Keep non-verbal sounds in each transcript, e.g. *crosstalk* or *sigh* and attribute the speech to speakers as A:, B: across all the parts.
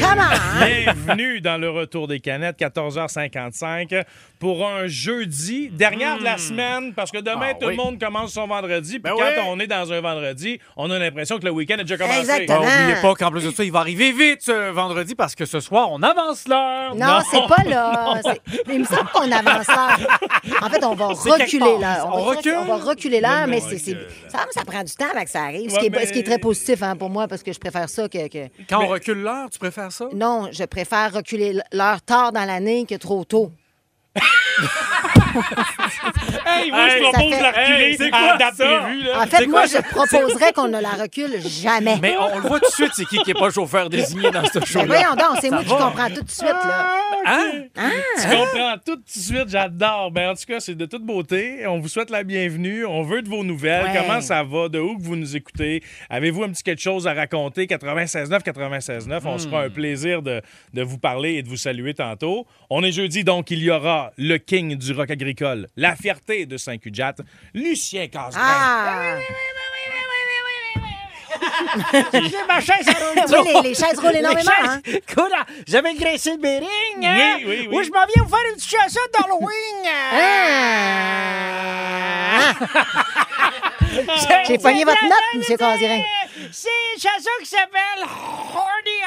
A: Come on!
B: Bienvenue dans le retour des canettes, 14h55, pour un jeudi, dernière de la semaine, parce que demain,
C: Hmm. Ah
B: tout le
C: oui.
B: monde commence son vendredi. Puis
C: Ben
B: quand
C: oui.
B: on est dans un vendredi, on a l'impression que le week-end a déjà commencé.
A: Exactement.
B: Oh.
C: N'oubliez Ben, pas qu'en plus de ça, il va arriver vite ce vendredi parce que ce soir, on avance l'heure.
A: Non, c'est pas
C: *laughs*
A: là. C'est- Mais il me semble qu'on avance là. En fait, on va reculer
C: quelque part.
A: là.
C: On
A: va,
C: recule?
A: on va reculer là,
B: Mais
A: Ah, mais
B: non,
A: c'est, c'est-
B: recule.
A: ça, ça prend du temps avant que ça arrive. Ce,
B: Ouais,
A: qui est,
B: mais-
A: ce qui est très positif hein, pour moi, parce que je préfère ça que. que-
C: Quand on recule l'heure, tu préfères ça?
A: Non, je préfère reculer l'heure tard dans l'année que trop tôt.
C: Hey,
B: Moi, je
A: ça
B: propose
A: fait-
B: de la reculer
C: Hey, c'est
B: à
C: quoi
B: date
C: ça?
B: prévue, là.
A: En fait, moi, je proposerais qu'on ne la recule jamais.
C: Mais on, on le voit tout de suite, c'est qui qui est pas chauffeur désigné dans ce
A: Mais
C: show-là.
A: Ben voyons donc, c'est moi qui
C: va.
A: comprends tout de suite là.
C: Hein?
B: Tu comprends tout de suite, j'adore. Ben, en tout cas, c'est de toute beauté. On vous souhaite la bienvenue. On veut de vos nouvelles.
A: Ouais.
B: Comment ça va? De où que vous nous écoutez? Avez-vous un petit quelque chose à raconter? 96.9, 96.9. On
C: Hmm.
B: se fera un plaisir de, de vous parler et de vous saluer tantôt. On est jeudi, donc il y aura le king du rock agricole, la fierté de Saint-Cujat, Lucien Casgrain.
A: Ah!
C: Ma chaise,
A: Oui, les, les chaises roulent énormément. hein.
C: Coula, j'avais graissé le bearing. hein?
B: Oui, oui, oui.
C: je m'en viens vous faire une petite chassette d'Halloween.
D: *laughs*
A: Ah! J'ai pogné votre note, M. Casirin.
C: C'est une chanson qui s'appelle Horny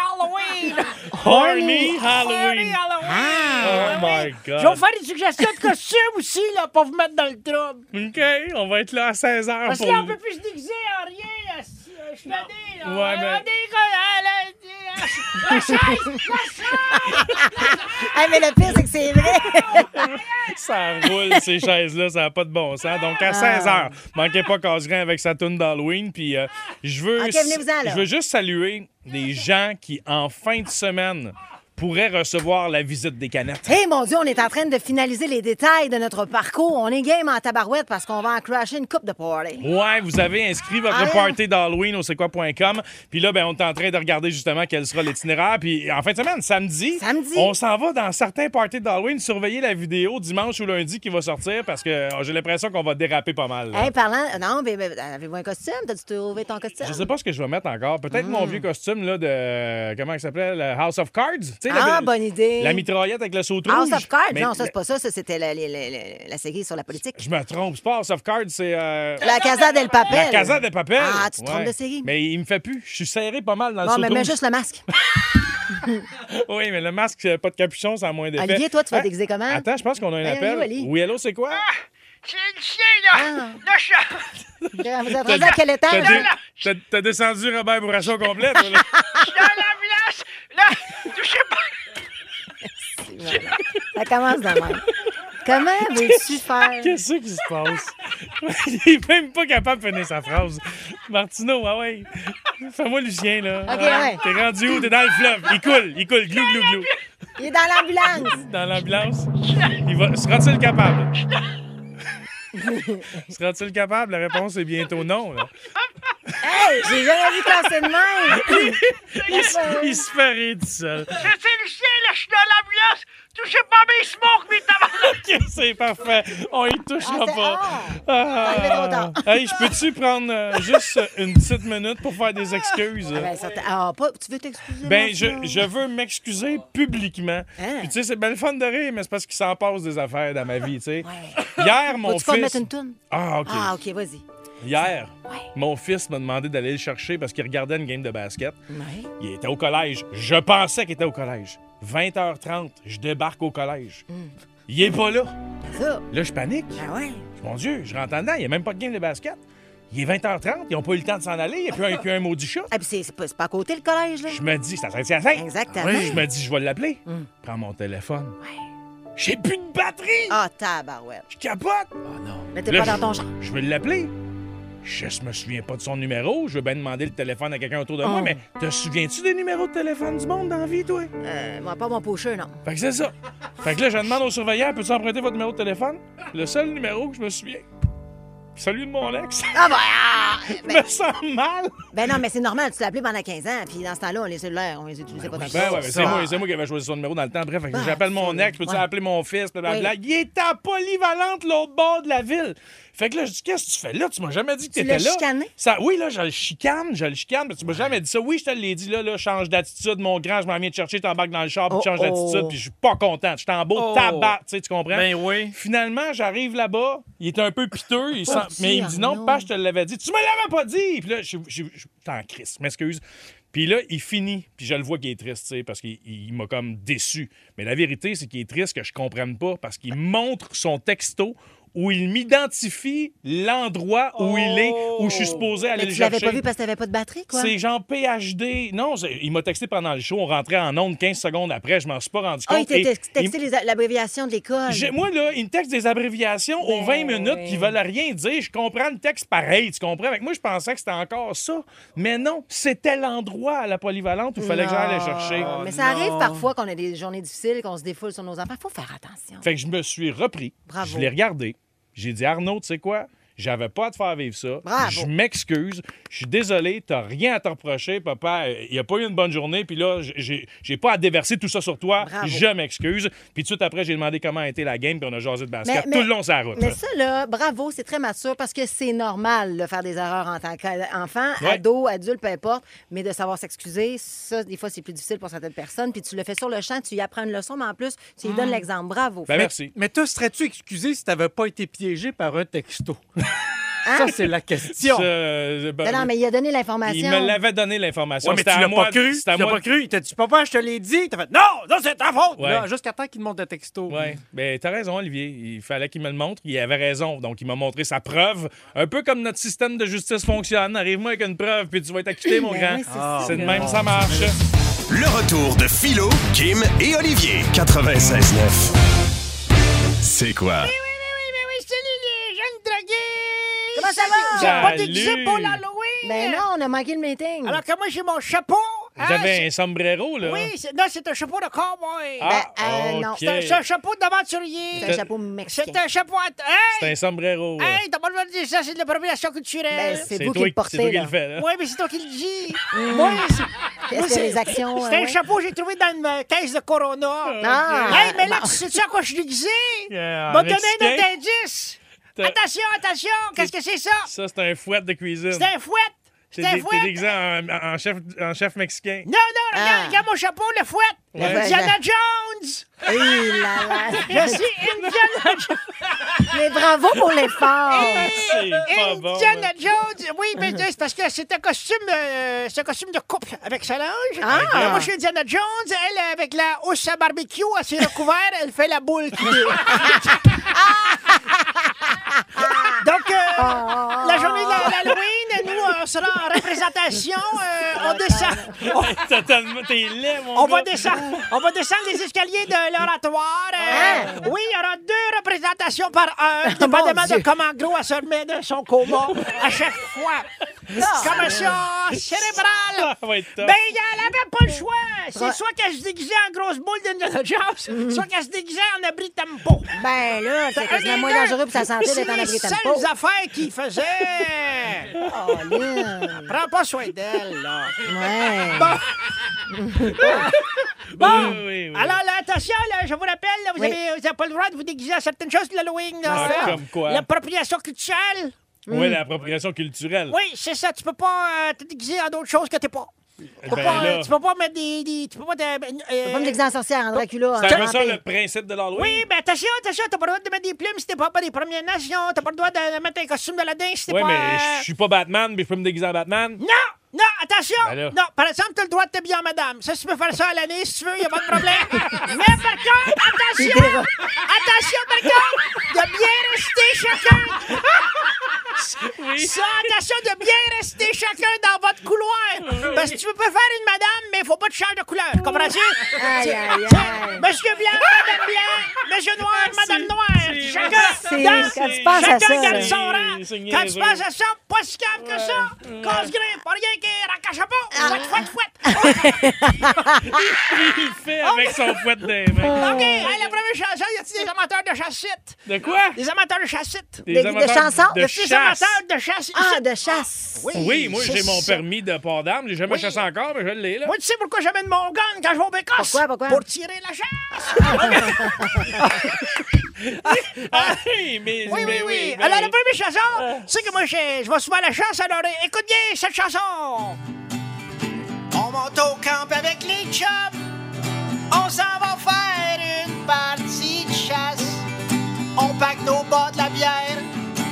C: Halloween.
B: Horny Halloween. Oh my
C: Je vais vous
B: God.
C: faire des suggestions de costumes aussi, Ah là, pour vous mettre dans le trouble.
B: OK, on va être là à 16 h
C: Parce que
B: pour...
C: là, on peut plus se déguiser en rien, là. Si, euh, Je suis tanné, là.
B: Ouais,
E: Euh,
B: mais-
C: On- on
B: *laughs*
C: dégueule, ah, là, la- la- la- la chaise,
A: Ah, mais le pire, c'est que c'est vrai.
B: *laughs* Ça roule, ces chaises-là, ça n'a pas de bon sens. Donc,
A: Ah.
B: à 16h, manquez pas Casgrain avec sa toune d'Halloween. Puis, euh, je veux,
A: Ok, venez-vous-en, là.
B: je veux juste saluer les gens qui, en fin de semaine, pourraient recevoir la visite des canettes.
A: Hey, mon Dieu, on est en train de finaliser les détails de notre parcours. On est game en tabarouette parce qu'on va en crasher une coupe de party.
B: Ouais, vous avez inscrit votre
A: Ah,
B: party d'Halloween au c'est quoi.com. Puis là, ben, on est en train de regarder justement quel sera l'itinéraire. Puis en fin de semaine, samedi,
A: Samedi.
B: on s'en va dans certains parties d'Halloween. Surveillez la vidéo dimanche ou lundi qui va sortir parce que euh, j'ai l'impression qu'on va déraper pas mal. là.
A: Hey, parlant. Non, mais, mais avez-vous un costume? T'as-tu trouvé ton costume?
B: Je sais pas ce que je vais mettre encore. Peut-être
A: Hmm.
B: mon vieux costume là, de. Comment il s'appelait le House of Cards. Tu sais,
A: Ah,
B: la...
A: bonne idée.
B: La mitraillette avec le saut rouge.
A: House of Cards?
B: Mais
A: non, ça,
B: le-
A: c'est pas ça. Ça, c'était la, la, la- la- la série sur la politique.
B: Je me trompe. C'est pas House of Cards, c'est. euh,
A: La Casa del Papel.
B: La Casa de Papel.
A: Ah, tu te trompes de série.
B: Mais il me fait plus. Je suis serré pas mal dans
A: Bon,
B: le
A: mais
B: saut
A: mets
B: rouge.
A: juste le masque.
B: *laughs* Oui, mais le masque, euh, pas de capuchon, ça a moins d'effet.
A: Olivier, toi, tu vas
B: Hein?
A: déguiser comment? Ben,
B: Attends, je pense qu'on a un
A: Hey,
B: appel.
A: allô, Ali.
B: Oui, allô, c'est quoi?
E: C'est le chien, là! Là, je suis en-
A: Ah. Vous êtes rendu à quel
B: T'as
A: étage?
B: dé- t'as- T'as descendu Robert Bourassa au complet,
A: *laughs*
B: toi, là.
E: je suis dans l'ambulance! Là, touchez pas!
A: Ça commence demain. Comment
B: *laughs*
A: veux-tu faire?
B: Qu'est-ce qui se passe? *laughs* Il est même pas capable de finir sa phrase. Martino, ah ouais. Fais-moi Lucien, là.
A: Ok,
B: Ah,
A: ouais.
B: T'es rendu où? T'es dans le fleuve. Il coule, il coule, glou, glou, glou.
A: Il est dans l'ambulance.
B: *laughs* Dans l'ambulance. Il va...
A: *laughs*
B: Sera-t-il capable? Sera-t-il capable? La réponse est bientôt non. là.
A: Hey, j'ai jamais vu classer
E: *laughs*
A: de même.
B: Il se fait rire tout seul.
E: C'est le chien, là! Je suis dans l'ambulance! Touchez pas mes smokes, mes tabarnak!
B: OK, c'est parfait. On y
A: Ah,
B: touchera
A: c'est-
B: pas.
A: ah!
B: Ah.
A: arrivé trop tard.
B: Hey, je peux-tu prendre euh, juste une petite minute pour faire des excuses?
A: Ben, certain- ah, pas- tu veux t'excuser?
B: Ben, je,
A: maintenant?
B: je veux m'excuser publiquement.
A: Hein?
B: Puis, tu sais, c'est belle fun de rire, mais c'est parce qu'il s'en passe des affaires dans ma vie, tu sais. Hier, mon
A: Faut-tu qu'on
B: fils.
A: mette une toune?
B: Ah, OK.
A: Ah, OK, vas-y.
B: Hier, mon fils m'a demandé d'aller le chercher parce qu'il regardait une game de basket.
A: Ouais.
B: Il était au collège. Je pensais qu'il était au collège. 20h30, je débarque au collège. Il est pas là.
A: Hmm. Ça,
B: Là, je panique.
A: ben ouais.
B: Mon Dieu, je rentre en dedans. Il n'y a même pas de game de basket. Il est 20h30. Ils n'ont pas eu le temps de s'en aller. Il n'y a plus un, plus un maudit chat.
A: Ah, puis c'est c'est pas, c'est pas à côté, le collège, là?
B: Je me dis, c'est à Saint-Hyacinthe. Ah
A: Exactement. Hmm.
B: Oui, je me dis, je vais l'appeler. Prends mon téléphone. J'ai plus de batterie!
A: Ah, tabarouette.
B: Je capote!
A: Mais t'es
B: Là,
A: pas dans ton genre.
B: Je veux l'appeler. Je me souviens pas de son numéro. Je veux bien demander le téléphone à quelqu'un autour de moi,
A: Oh.
B: mais te souviens-tu des numéros de téléphone du monde dans la vie, toi?
A: Euh, moi, pas mon pocheux, non.
B: Fait que c'est ça. Fait que là, je demande au surveillant, peux-tu emprunter votre numéro de téléphone? Le seul numéro que je me souviens, Celui de mon ex.
A: Ah, ben,
B: *laughs*
A: ah!
B: Je
A: Ben-
B: me sens mal.
A: ben non, mais c'est normal, tu l'as appelé pendant 15 ans, puis dans ce temps-là, on les cellulaires, on les utilisait pas tant que
B: Ben
A: ça.
B: ouais, mais c'est moi, c'est moi qui avais choisi son numéro dans le temps. Bref, fait que
A: Ah,
B: j'appelle mon
A: c'est-
B: ex, peux-tu
A: ouais.
B: appeler mon fils, blablabla.
A: Oui.
B: Il est à polyvalente l'autre bord de la ville. Fait que là, je dis, qu'est-ce que tu fais là? Tu m'as jamais dit que
A: Tu
B: t'étais
A: l'as
B: là.
A: chicané?
B: Ça, oui, là, je le chicane, je le chicane, mais tu m'as jamais dit ça. Oui, je te l'ai dit, là, là, change d'attitude, mon grand, je m'en viens te chercher, t'embarques dans le char, puis
A: Oh,
B: change
A: oh.
B: d'attitude, puis je suis pas content. Je t'en beau
C: Oh.
B: tabac, tu sais, tu comprends?
C: Ben oui.
B: Finalement, j'arrive là-bas, il est un peu piteux, il sent-
A: Petit
B: mais il me dit non,
A: Arnaud.
B: pas je te l'avais dit. Tu me l'avais pas dit! Puis là, je je- je- t'en crisse, je m'excuse. Puis là, il finit, puis je le vois qu'il est triste, tu sais, parce qu'il il m'a comme déçu. Mais la vérité, c'est qu'il est triste que je comprenne pas, parce qu'il montre son texto où il m'identifie l'endroit où il est, où je suis
C: Oh.
B: supposé
A: Mais
B: aller le
A: tu
B: chercher.
A: l'avais pas vu parce que t'avais pas de batterie, quoi.
B: C'est genre PhD. Non, c'est- il m'a texté pendant le show. On rentrait en onde 15 secondes après. Je m'en suis pas rendu
A: Ah, il
B: compte.
A: t'a
B: Et-
A: tex-
B: il-
A: texté les- l'abréviation de l'école.
B: j'ai- moi, là, il me texte des abréviations
A: Ben
B: aux 20 minutes qui veulent rien dire. Je comprends le texte pareil, tu comprends? Avec moi, je pensais que c'était encore ça. Mais non, c'était l'endroit à la polyvalente où il fallait que j'aille le chercher.
A: Non, Mais ça arrive parfois qu'on a des journées difficiles, qu'on se défoule sur nos enfants. Faut faire attention.
B: Fait que je me suis repris.
A: Bravo.
B: Je l'ai regardé. J'ai dit, Arnaud, tu sais quoi? J'avais pas à te faire vivre ça.
A: Bravo.
B: Je m'excuse. Je suis désolé. T'as rien à te reprocher, papa. Euh, Il n'y a pas eu une bonne journée. Puis là, j- j'ai j'ai pas à déverser tout ça sur toi.
A: Bravo.
B: Je m'excuse. Puis tout de suite après, j'ai demandé comment a été la game. Puis on a jasé de basket
A: Mais-
B: tout
A: mais-
B: le long sur la route.
A: Mais ça, là, bravo, c'est très mature parce que c'est normal de faire des erreurs en tant qu'enfant,
B: Ouais.
A: ado, adulte, peu importe. Mais de savoir s'excuser, ça, des fois, c'est plus difficile pour certaines personnes. Puis tu le fais sur le champ, tu y apprends une leçon, mais en plus, tu lui donnes l'exemple. Bravo.
B: Ben, merci.
C: Mais te serais-tu excusé si t'avais pas été piégé par un texto?
A: *laughs* Hein?
C: Ça, c'est la question.
B: Euh, ben,
A: Ben non, mais il a donné l'information.
B: Il me l'avait donné l'information.
C: Ouais, mais tu
B: C'était à
C: l'as
B: moi-
C: pas cru. Tu
B: c'était à
C: l'as
B: moi-
C: pas cru. Il t'a dit, papa, je te l'ai dit. T'as fait, non, non, c'est ta faute.
B: Ouais.
C: Là, Jusqu'à temps qu'il te monte le texto.
B: Ouais, ben t'as raison Olivier, il fallait qu'il me le montre, il avait raison, donc il m'a montré sa preuve, un peu comme notre système de justice fonctionne, arrive-moi avec une preuve puis tu vas être acquitté mon
A: Ben
B: grand.
A: oui, c'est ça.
B: c'est de même ça marche.
F: Le retour de Philo, Kim et Olivier. 96.9. C'est quoi?
A: Comment ça va?
B: J'ai pas déguisé pour
A: Ben non, on a manqué le meeting.
D: Alors que moi, j'ai mon chapeau. hein,
B: J'avais un sombrero là.
D: c'est- Oui, c'est- non, c'est un chapeau de cowboy.
B: Ah,
A: Ben, euh, non.
B: ok.
D: C'est un- c'est un chapeau
A: c'est
D: d'aventurier.
A: un chapeau mexicain.
D: C'est un chapeau à... Hey!
B: C'est un sombrero. là.
D: Hey, t'as pas le droit de dire ça, c'est de l'appropriation culturelle.
A: Ben, c'est vous qui
B: toi
A: le
B: c'est toi
A: portez,
B: qui
A: là. Mm.
B: le fais là.
D: oui, mais c'est toi qui le dis. Moi, c'est-
A: Est-ce que les actions...
D: c'est
A: euh,
D: un
A: ouais?
D: chapeau que j'ai trouvé dans une caisse de Corona.
A: Ah!
D: Hey, mais là,
A: Bon.
D: tu sais-tu à quoi je suis déguisé?
B: Yeah,
D: M'a
B: en
D: donné un autre
B: Ah, Mexicain.
D: indice.
B: T'as-
D: Attention, attention, qu'est-ce que c'est ça?
B: Ça c'est un fouet de cuisine.
D: C'est un fouet.
B: T'es
D: C'est un
B: dé- t'es
D: fouet.
B: déguisé en, en chef en chef mexicain.
D: Non, non,
A: Ah.
D: regarde, regarde mon chapeau, le fouet.
A: Ouais.
D: Indiana Jones.
A: Hey, là, là.
D: *laughs* Je suis Indiana Jones.
A: Mais bravo pour
B: *laughs*
A: l'effort.
B: C'est pas bon. hein. là.
D: Indiana Jones. Oui, mais c'est parce que c'est un costume, euh, c'est un costume de couple avec Solange.
A: Ah.
D: Et Moi, je suis Indiana Jones. Elle, avec la housse à barbecue assez recouverte, elle fait la boule. qui-
A: *laughs*
D: Ah! Donc, euh,
A: Ah!
D: la journée de la- l'Halloween, nous, on sera en représentation. euh, on descend. On-
B: *laughs* T'as tellement- T'es laid, mon
D: On
B: gars.
D: va, descendre, on va descendre les escaliers de l'oratoire.
A: Ah!
D: euh, Oui, il y aura deux représentations par heure, dépendamment
A: Dieu.
D: de comment gros elle se remet de son coma à chaque fois. Commotion
A: *laughs*
D: cérébrale.
B: Ça va être
D: Ben,
B: top.
D: elle avait pas le choix. C'est soit qu'elle se déguisait en grosse boule de Jones, soit qu'elle se déguisait en abri tempo.
A: Mhm. Ben là, c'est quasiment moins dangereux pour sa santé d'être en abri
D: C'est
A: tempo.
D: les seules affaires qu'il faisait.
A: *laughs* Oh, Lynn.
D: Prends pas soin d'elle, là.
A: Ouais. *laughs*
D: Bon,
B: Oui, oui, oui.
D: alors là, attention, là, je vous rappelle, là, vous
A: Oui.
D: n'avez pas le droit de vous déguiser à certaines choses de l'Halloween. là.
B: Ah,
D: Voilà.
B: comme quoi?
D: L'appropriation culturelle. Hmm.
B: Oui, l'appropriation culturelle.
D: Mm. Oui, c'est ça, tu peux pas euh, te déguiser en d'autres choses que t'es pas. Tu peux,
B: Ben
D: pas
B: là.
D: euh, tu peux pas mettre des... des- tu peux pas... te- euh,
A: Comme l'exemple sorcière en Dracula.
B: C'est un peu
A: en
B: ça
A: rampé.
B: le principe de l'Halloween.
D: oui, mais attention, attention, t'as pas le droit de mettre des plumes si t'es pas, pas des Premières Nations, t'as pas le droit de mettre un costume de la dingue si t'es
B: Ouais,
D: pas...
B: mais
D: euh,
B: je suis pas Batman, mais je peux me déguiser en Batman.
A: Ah!
D: Non! Non, attention!
B: Ben là.
D: non, par exemple, t'as le droit de t'habiller en madame. Ça, tu peux faire ça à l'année si tu veux, y a pas de
A: *laughs*
D: problème. Mais par contre, attention! attention, par contre! De bien rester
A: *laughs*
D: chacun! Ça, attention de bien rester chacun dans votre couloir! Parce que tu peux pas faire une madame, mais faut pas de changer de couleur. Comprends-tu?
A: Aïe, aïe, aïe.
D: Monsieur blanc, madame blanc, monsieur noir, madame noire.
B: c'est-
A: C'est-
D: Chacun dans
A: quand tu penses à ça,
D: Chacun
A: là.
D: garde son rang.
B: C'est- c'est
D: Quand tu
B: niaiseux.
D: penses à ça, pas si calme que ça. Casse grimpe, pas rien qui racache pas.
A: Ah.
D: Fouette, fouette, fouette.
B: *laughs* Il fait avec son fouet des mains.
A: Oh! *laughs*
D: OK, hey, la première chanson, y a-t-il des amateurs de chassite.
B: De quoi?
D: Des amateurs de chassite.
B: Des
A: Des- des
B: amateurs
A: chansons?
B: de
D: Je suis
B: chasse.
D: amateur de chasse.
A: Ah, de chasse.
B: Oui, moi,
D: c'est
B: j'ai mon
D: ça.
B: permis de port d'armes. J'ai jamais
D: Oui.
B: chassé encore, mais je l'ai, là.
D: Moi, tu sais pourquoi j'amène mon gun quand je vais au Bécosse?
A: Pourquoi, pourquoi?
D: Pour tirer la chasse.
B: *laughs*
A: *laughs*
B: Ah, oui, mais,
D: Oui, oui,
B: mais
D: oui. Euh.
B: ben
D: Alors, le premier chanson, tu sais que moi, je je vais souvent à la chasse, alors euh, écoute bien cette chanson. On monte au camp avec les chums. On s'en va faire une partie de chasse. On pack nos bottes, la bière,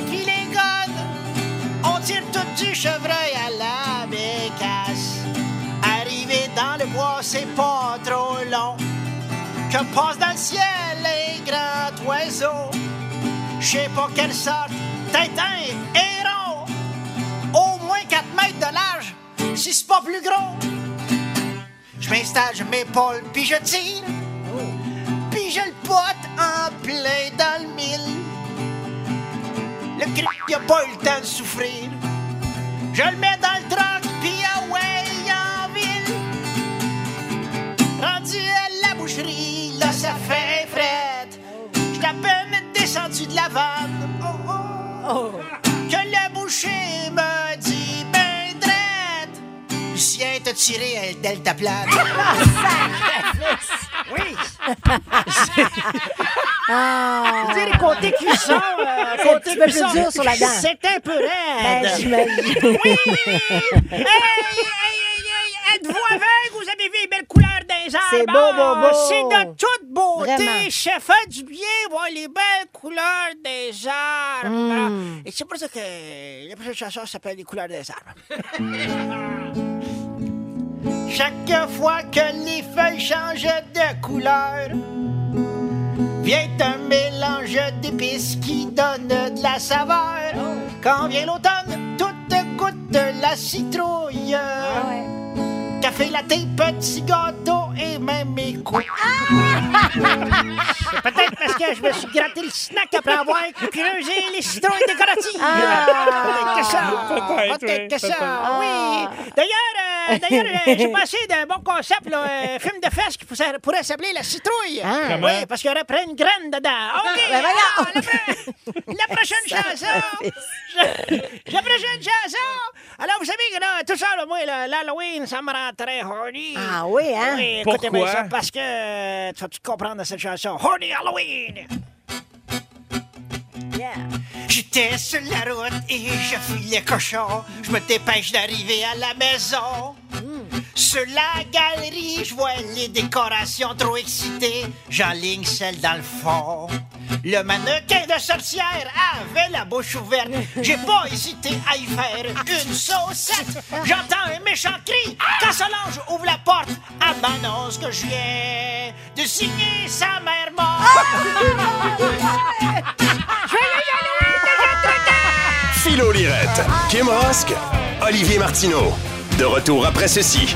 D: puis les guns. On tire tout du chevreuil à la bécasse. Arrivé dans le bois, c'est pas trop long. Que passent dans le ciel les grands oiseaux. Je sais pas quelle sorte, Tintin, héros. Au moins 4 mètres de large, si c'est pas plus gros. Je m'installe, je m'épaule, puis je tire. Puis je le pote en plein dans le mille. Le cri, y a pas eu le temps de souffrir. Je le mets dans le truck, puis ah away en ville. Rendu à la boucherie, là ça fait frette. Je à peine descendu de la vanne. Oh, oh. Que le boucher me dit ben drette. Lucien t'a tiré un delta plane. *laughs* oui.
A: Ah.
D: Tu sais, les côtés cuissons, euh,
A: C'est un
D: côtés
A: petit peu plus
D: cuissons,
A: dur sur la dent.
D: C'est un peu raide.
A: Ben, j'imagine.
D: Oui! Hey,
A: *laughs*
D: hey, hey, hey, Êtes-vous aveugle? Vous avez vu les belles couleurs des arbres?
A: C'est beau, beau, beau.
D: Ah, C'est de toute beauté.
A: Vraiment.
D: Ça fait du bien voir les belles couleurs des arbres. Et c'est pour ça que la prochaine chanson s'appelle Les couleurs des arbres. Chaque fois que les feuilles changent de couleur, vient un mélange d'épices qui donne de la saveur. Quand vient l'automne, toute goutte de la citrouille. Café latte, petit gâteau et même mes couilles.
A: Ah!
D: C'est *laughs* Peut-être parce que je me suis gratté le snack après avoir creusé les citrouilles décoratives.
A: Ah!
D: Peut-être que ça.
B: Peut-être,
D: Peut-être
B: oui,
D: que ça.
B: peut-être.
D: Oui. D'ailleurs, euh, d'ailleurs, euh, j'ai passé d'un bon concept, là, euh, film de fesses qui pourrait pourrait s'appeler La citrouille.
A: Ah.
B: Comment?
D: Oui, parce qu'il aurait pris une graine dedans. OK.
A: Ben voilà.
D: ah, la, pro-
A: *laughs*
D: la prochaine chanson. Je- La prochaine chanson. Alors, vous savez que là, tout ça, là, moi, là, l'Halloween, ça me rend très horny.
A: Ah oui, hein?
D: Oui, écoutez bien
B: Pourquoi?
D: ça, parce que euh, tu vas tout comprendre cette chanson. Horny
A: *laughs*
D: Halloween.
A: Yeah.
D: J'étais sur la route et je fouille les cochons. Je me dépêche d'arriver à la maison. Sur la galerie, je vois les décorations trop excitées. J'enligne celle dans le fond. Le mannequin de sorcière avait la bouche ouverte. J'ai pas hésité à y faire une saucette. J'entends un méchant cri quand Solange ouvre la porte. Ah, Elle m'annonce que je viens de signer sa mère morte.
F: Philo Lirette, Kim Rosk, Olivier Martineau. De retour après ceci.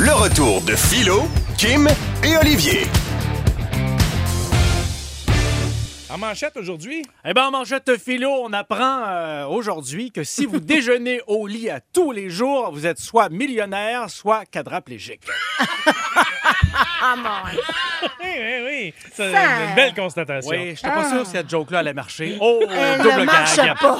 F: Le retour de Philo, Kim et Olivier.
B: En manchette aujourd'hui,
C: Eh bien, en manchette philo, on apprend euh, aujourd'hui que si
B: *laughs*
C: vous déjeunez au lit à tous les jours, vous êtes soit millionnaire, soit quadraplégique.
A: Ah, mon.
B: oui, oui, oui. C'est
A: Ça- Ah.
B: une belle constatation.
C: Oui, je n'étais pas sûr si cette joke-là allait marcher. Oh,
A: Elle
C: double
A: ne marche
C: gag.
A: pas.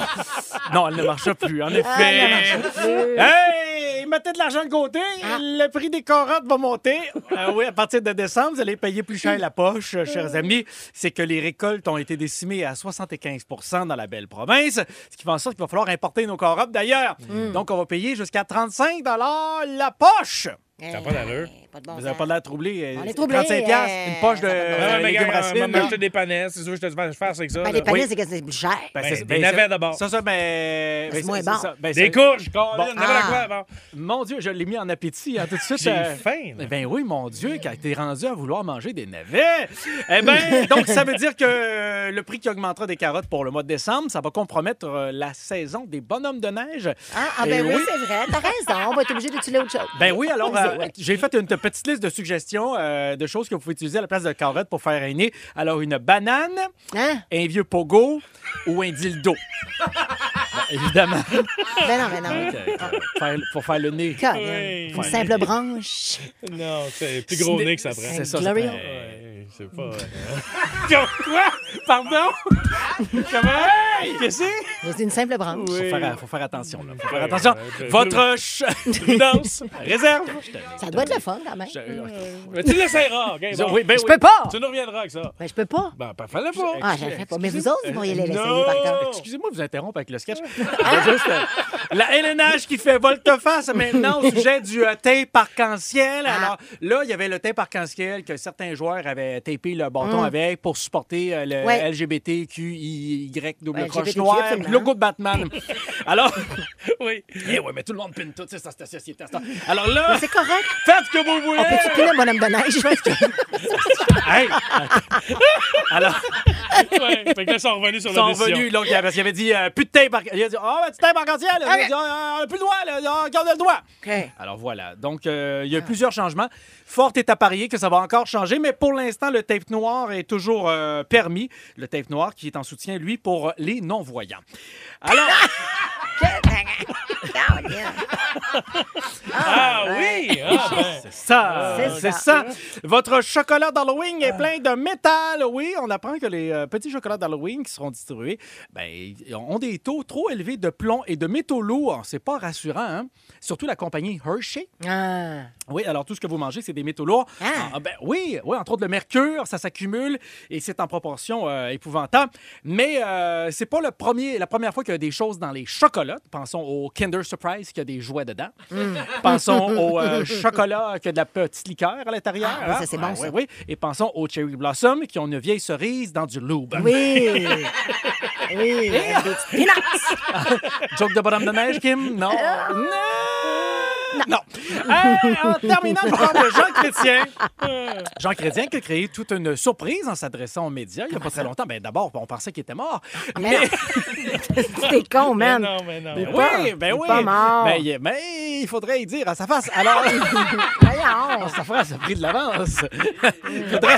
C: Non, elle ne marche plus, en effet.
A: Elle ne marche plus.
C: Hey, mettez de l'argent de côté.
A: Ah.
C: Le prix des carottes va monter. Euh, oui, à partir de décembre, vous allez payer plus cher la poche, euh, chers amis. C'est que les récoltes ont été décimées à 75 dans la belle province, ce qui fait en sorte qu'il va falloir importer nos carottes d'ailleurs. Donc, on va payer jusqu'à 35 la poche.
B: Ça a pas d'allure.
A: Eh, Pas de bon
C: Vous
A: sens.
C: n'avez pas l'air troublé. euh,
A: On est troublé,
C: 35 piastres,
A: euh,
C: une poche de
A: ça va pas.
B: Non,
C: euh,
B: mais
C: légumes
B: gars,
C: racines.
B: maman, je te dépannais. C'est sûr que je te fais faire, c'est que ça.
A: Ben,
B: là.
A: Les paniers, c'est que c'est plus cher.
C: Ben,
B: Ben,
C: c'est-
B: des
C: ben,
B: navets
C: ça-
B: d'abord.
C: Ça, ça, ben, ben,
A: c'est moins
C: ça-
A: bon.
C: ça- ben,
B: Des
C: ça-
B: courges, Colin,
C: Bon.
B: on avait la
A: Ah.
B: quoi
C: *laughs*
B: avant?
C: Mon Dieu, je l'ai mis en appétit hein, tout de suite.
B: J'ai faim, là.
C: Ben oui, mon Dieu, quand t'es rendu à vouloir manger des navets. Eh ben, donc ça veut dire que euh, le prix qui augmentera des carottes pour le mois de décembre, ça va compromettre euh, la saison des bonhommes de neige.
A: Ah, ah, ben
C: Eh
A: oui, c'est vrai. T'as raison. On va être obligé d'utiliser autre chose.
C: Ben
A: *laughs*
C: oui, alors
A: Vas-y,
C: euh,
A: ouais.
C: j'ai fait une t- petite liste de suggestions euh, de choses que vous pouvez utiliser à la place de carottes pour faire un nez. Alors une banane,
A: Hein? *laughs*
C: un vieux pogo ou un dildo. évidemment.
A: Ben non, ben non.
C: Faire- pour faire le nez.
A: Colin, Une
C: Ouais.
A: simple branche.
B: Non, c'est plus gros
C: Ciné-
B: nez que ça prend.
C: C'est ça.
A: Gloria.
C: c'est-
B: Ouais, c'est pas.
C: Quoi? Pardon? Comment? Qu'est-ce que c'est?
A: C'est une simple branche.
C: Faut faire, faut faire attention, là. Faut faire
B: Ouais,
C: attention.
B: ouais, ouais.
C: Votre ch- prudence, réserve.
A: Ça doit être le fun, quand même. Je
B: Mais tu l'essaieras, OK? bon.
C: Oui, ben oui.
A: peux pas!
B: Tu nous reviendras avec ça.
A: Ben, je peux pas.
B: Ben, pas fallait pas.
A: Ah, je le fais pas. Mais vous autres, vous pourriez les laisser,
B: non.
A: par contre.
C: Excusez-moi de vous interrompre avec le
A: *laughs*
C: sketch. C'est juste, euh, la LNH qui fait volte-face maintenant au sujet du euh, tape arc-en-ciel.
A: Ah.
C: Alors là, il y avait le tape arc-en-ciel que certains joueurs avaient tapé le bâton avec pour supporter euh, le
A: Mm. Ouais.
C: LGBTQIY double
A: Ouais,
C: croche
A: LGBTQ,
C: noire,
A: absolument.
C: le logo de Batman.
A: *laughs*
C: Alors, *laughs*
B: Oui.
C: eh ouais, mais tout le monde pine tout, c'est ça, c'est ça, c'est ça. Alors là,
A: C'est correct.
C: faites ce que vous voulez.
A: On peut-tu piner le bonhomme de *laughs* neige?
C: Hey! *laughs* Alors,
B: *laughs* Ouais. Fait que là, ils sont revenus sur
C: ils
B: la
C: sont
B: décision.
C: venus, donc, parce qu'il avait dit euh, plus de tape arc- Il a dit Ah, ben, tu tapes en entier, là. Il a dit, Ah, on a plus le droit, là. Ah, Garde le droit.
A: OK.
C: Alors voilà, donc euh, il y a eu plusieurs changements. Fort est à parier que ça va encore changer, mais pour l'instant, le tape noir est toujours euh, permis. Le tape noir qui est en soutien, lui, pour euh, les non-voyants. Alors,
A: Oh,
B: Ah oui! Ah, ben.
C: c'est ça,
A: C'est
C: c'est ça.
A: ça. Mmh. Ah.
C: Votre chocolat d'Halloween est plein de métal. Oui, on apprend que les euh, petits chocolats d'Halloween qui seront distribués ben, ils ont des taux trop élevés de plomb et de métaux lourds. C'est pas rassurant, hein? Surtout la compagnie Hershey
A: Ah.
C: Oui, alors tout ce que vous mangez, c'est des métaux lourds.
A: Ah.
C: Ah, ben, oui, oui, entre autres le mercure, ça s'accumule et c'est en proportion euh, épouvantable. Mais euh, c'est pas le premier, la première fois qu'il y a des choses dans les chocolats. Pensons au Kinder Surprise qu'il y a des jouets dedans.
A: Hmm.
C: Mm. Pensons au euh, chocolat qu'il y a de la petite liqueur à l'intérieur.
A: Ah, oui, ça, c'est bon,
C: Ah,
A: ça.
C: Oui, oui. Et pensons au Cherry Blossom qui ont une vieille cerise dans du lube. *laughs*
A: Oui. Oui. avec des petites peanuts.
C: *laughs* Joke de bonhomme de neige, Kim? Non.
A: Ah.
C: Non! Non. Hey, en terminant, je parle de Jean Chrétien. Jean Chrétien qui a créé toute une surprise en s'adressant aux médias il n'y a pas très longtemps. Ben, D'abord, on pensait qu'il était mort.
A: Mais non. Ah, T'es con,
B: Mais
A: man.
B: non, mais non.
C: Ben
A: pas-
C: oui, ben
A: il est
C: oui.
A: pas mort.
C: Ben, il est- mais il faudrait y dire à sa face. Alors,
A: *laughs* Voyons.
C: sa face a pris de l'avance.
A: *laughs*
C: Il faudrait...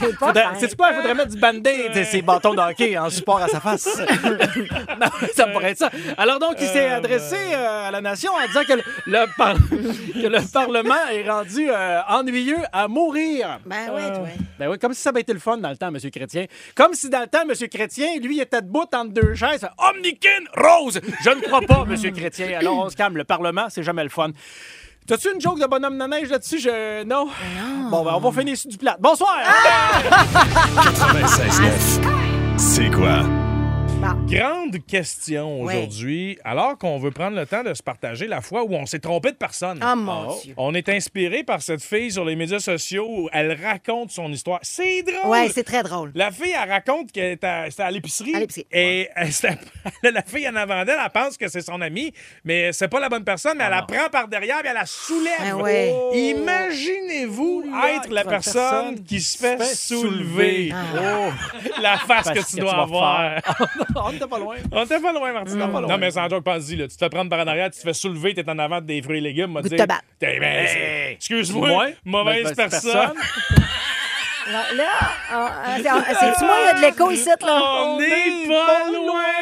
A: C'est pas
C: Faudrait-
A: fin.
C: Sais-tu quoi? Il faudrait mettre du band-aid et ses bâtons de hockey en support à
A: *laughs*
C: sa face. Non, ça pourrait être ça. Alors donc, il s'est adressé euh, à la nation en disant que le, le par- *laughs* que le Parlement est rendu euh, ennuyeux à mourir.
A: Ben ouais, toi.
C: Ben oui, comme si ça avait été le fun dans le temps, M. Chrétien. Comme si dans le temps, M. Chrétien, lui, était debout entre deux chaises. Omnikin Rose! Je ne crois pas, M. Chrétien. Alors, on se calme. Le Parlement, c'est jamais le fun. T'as-tu une joke de bonhomme de neige là-dessus? Je... Non. Bon, ben, on va finir sur du plat. Bonsoir!
B: Ah!
F: 96.9. C'est quoi?
B: Grande question
A: Oui.
B: aujourd'hui, alors qu'on veut prendre le temps de se partager la fois où on s'est trompé de personne.
A: Oh mon Dieu.
B: On est inspiré par cette fille sur les médias sociaux où elle raconte son histoire. C'est drôle!
A: Ouais, c'est très drôle.
B: La fille, elle raconte qu'elle est à, c'était à l'épicerie.
A: À l'épicerie.
B: Et *laughs* elle, c'était- la fille en avant d'elle, elle pense que c'est son amie, mais c'est pas la bonne personne, mais elle la prend par derrière et elle la soulève.
A: Ah ouais.
B: Oh. Imaginez-vous
C: Oula,
B: être la
C: la
B: personne,
C: personne
B: qui se fait,
C: fait
B: soulever.
C: soulever.
A: Ah.
B: Oh. La face
C: Parce
B: que tu Ah dois avoir.
C: *laughs*
B: *laughs*
C: on n'était pas loin.
B: On était pas loin, Martine.
C: pas loin.
B: Non, mais sans joke, pense-y. là. Tu te fais prendre par en arrière, tu te fais soulever, t'es en avant des fruits et légumes. m'a
A: Goût de
B: dit,
A: tabac.
B: T'es- ben, c'est- Excuse-moi,
C: Moi,
B: mauvaise
C: mauvaise
B: personne.
C: personne.
A: Là, là, on- euh, on- on- c'est-tu moi, il y a de l'écho ici, là?
B: On n'est pas loin!